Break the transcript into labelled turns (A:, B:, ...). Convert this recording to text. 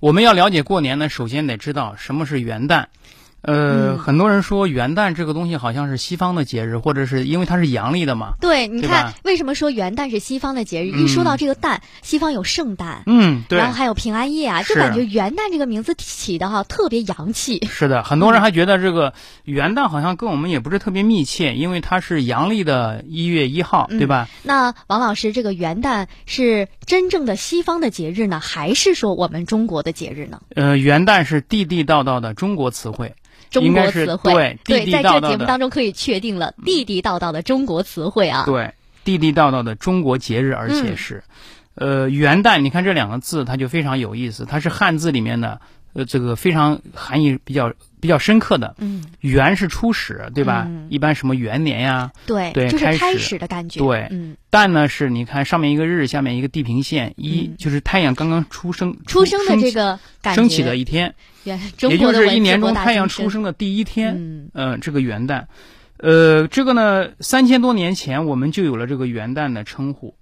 A: 我们要了解过年呢，首先得知道什么是元旦。呃，
B: 嗯
A: 很多人说元旦这个东西好像是西方的节日，或者是因为它是阳历的嘛。
B: 对，你
A: 对
B: 看
A: 吧，
B: 为什么说元旦是西方的节日？
A: 嗯
B: 一说到这个旦，西方有圣诞，
A: 嗯，对
B: 然，后还有平安夜啊，就是感觉元旦这个名字起的哈特别洋气。
A: 是的，很多人还觉得这个元旦好像跟我们也不是特别密切，因为它是阳历的一月一号，
B: 嗯
A: 对吧？
B: 那王老师，这个元旦是真正的西方的节日呢，还是说我们中国的节日呢？
A: 呃，元旦是地地道道的中国词汇，
B: 中
A: 应该
B: 国
A: 是
B: 词汇
A: 对地地
B: 在
A: 道
B: 这
A: 道
B: 节目
A: 的，
B: 当中可以确定了地地道道的中国词汇啊。
A: 对地地道道的中国节日，而且
B: 嗯
A: 是，呃，元旦，你看这两个字，它就非常有意思，它是汉字里面的，呃，这个非常含义比较比较深刻的。
B: 嗯，
A: 元是初始，对吧？
B: 嗯
A: 一般什么元年呀，
B: 对，
A: 对
B: 就是
A: 开始
B: 开始的感觉。
A: 对
B: 嗯，
A: 旦呢是你看上面一个日，下面一个地平线，一、
B: 嗯
A: 就是太阳刚刚出生，
B: 出生的这
A: 起
B: 个感觉，
A: 升起的一天，
B: 原中
A: 也
B: 国
A: 就
B: 的
A: 是
B: 文
A: 一
B: 字
A: 年
B: 博
A: 中
B: 大
A: 太阳
B: 精
A: 出生的第一天，
B: 嗯
A: 呃，这个元旦，呃，这个呢，三千多年前我们就有了这个元旦的称呼，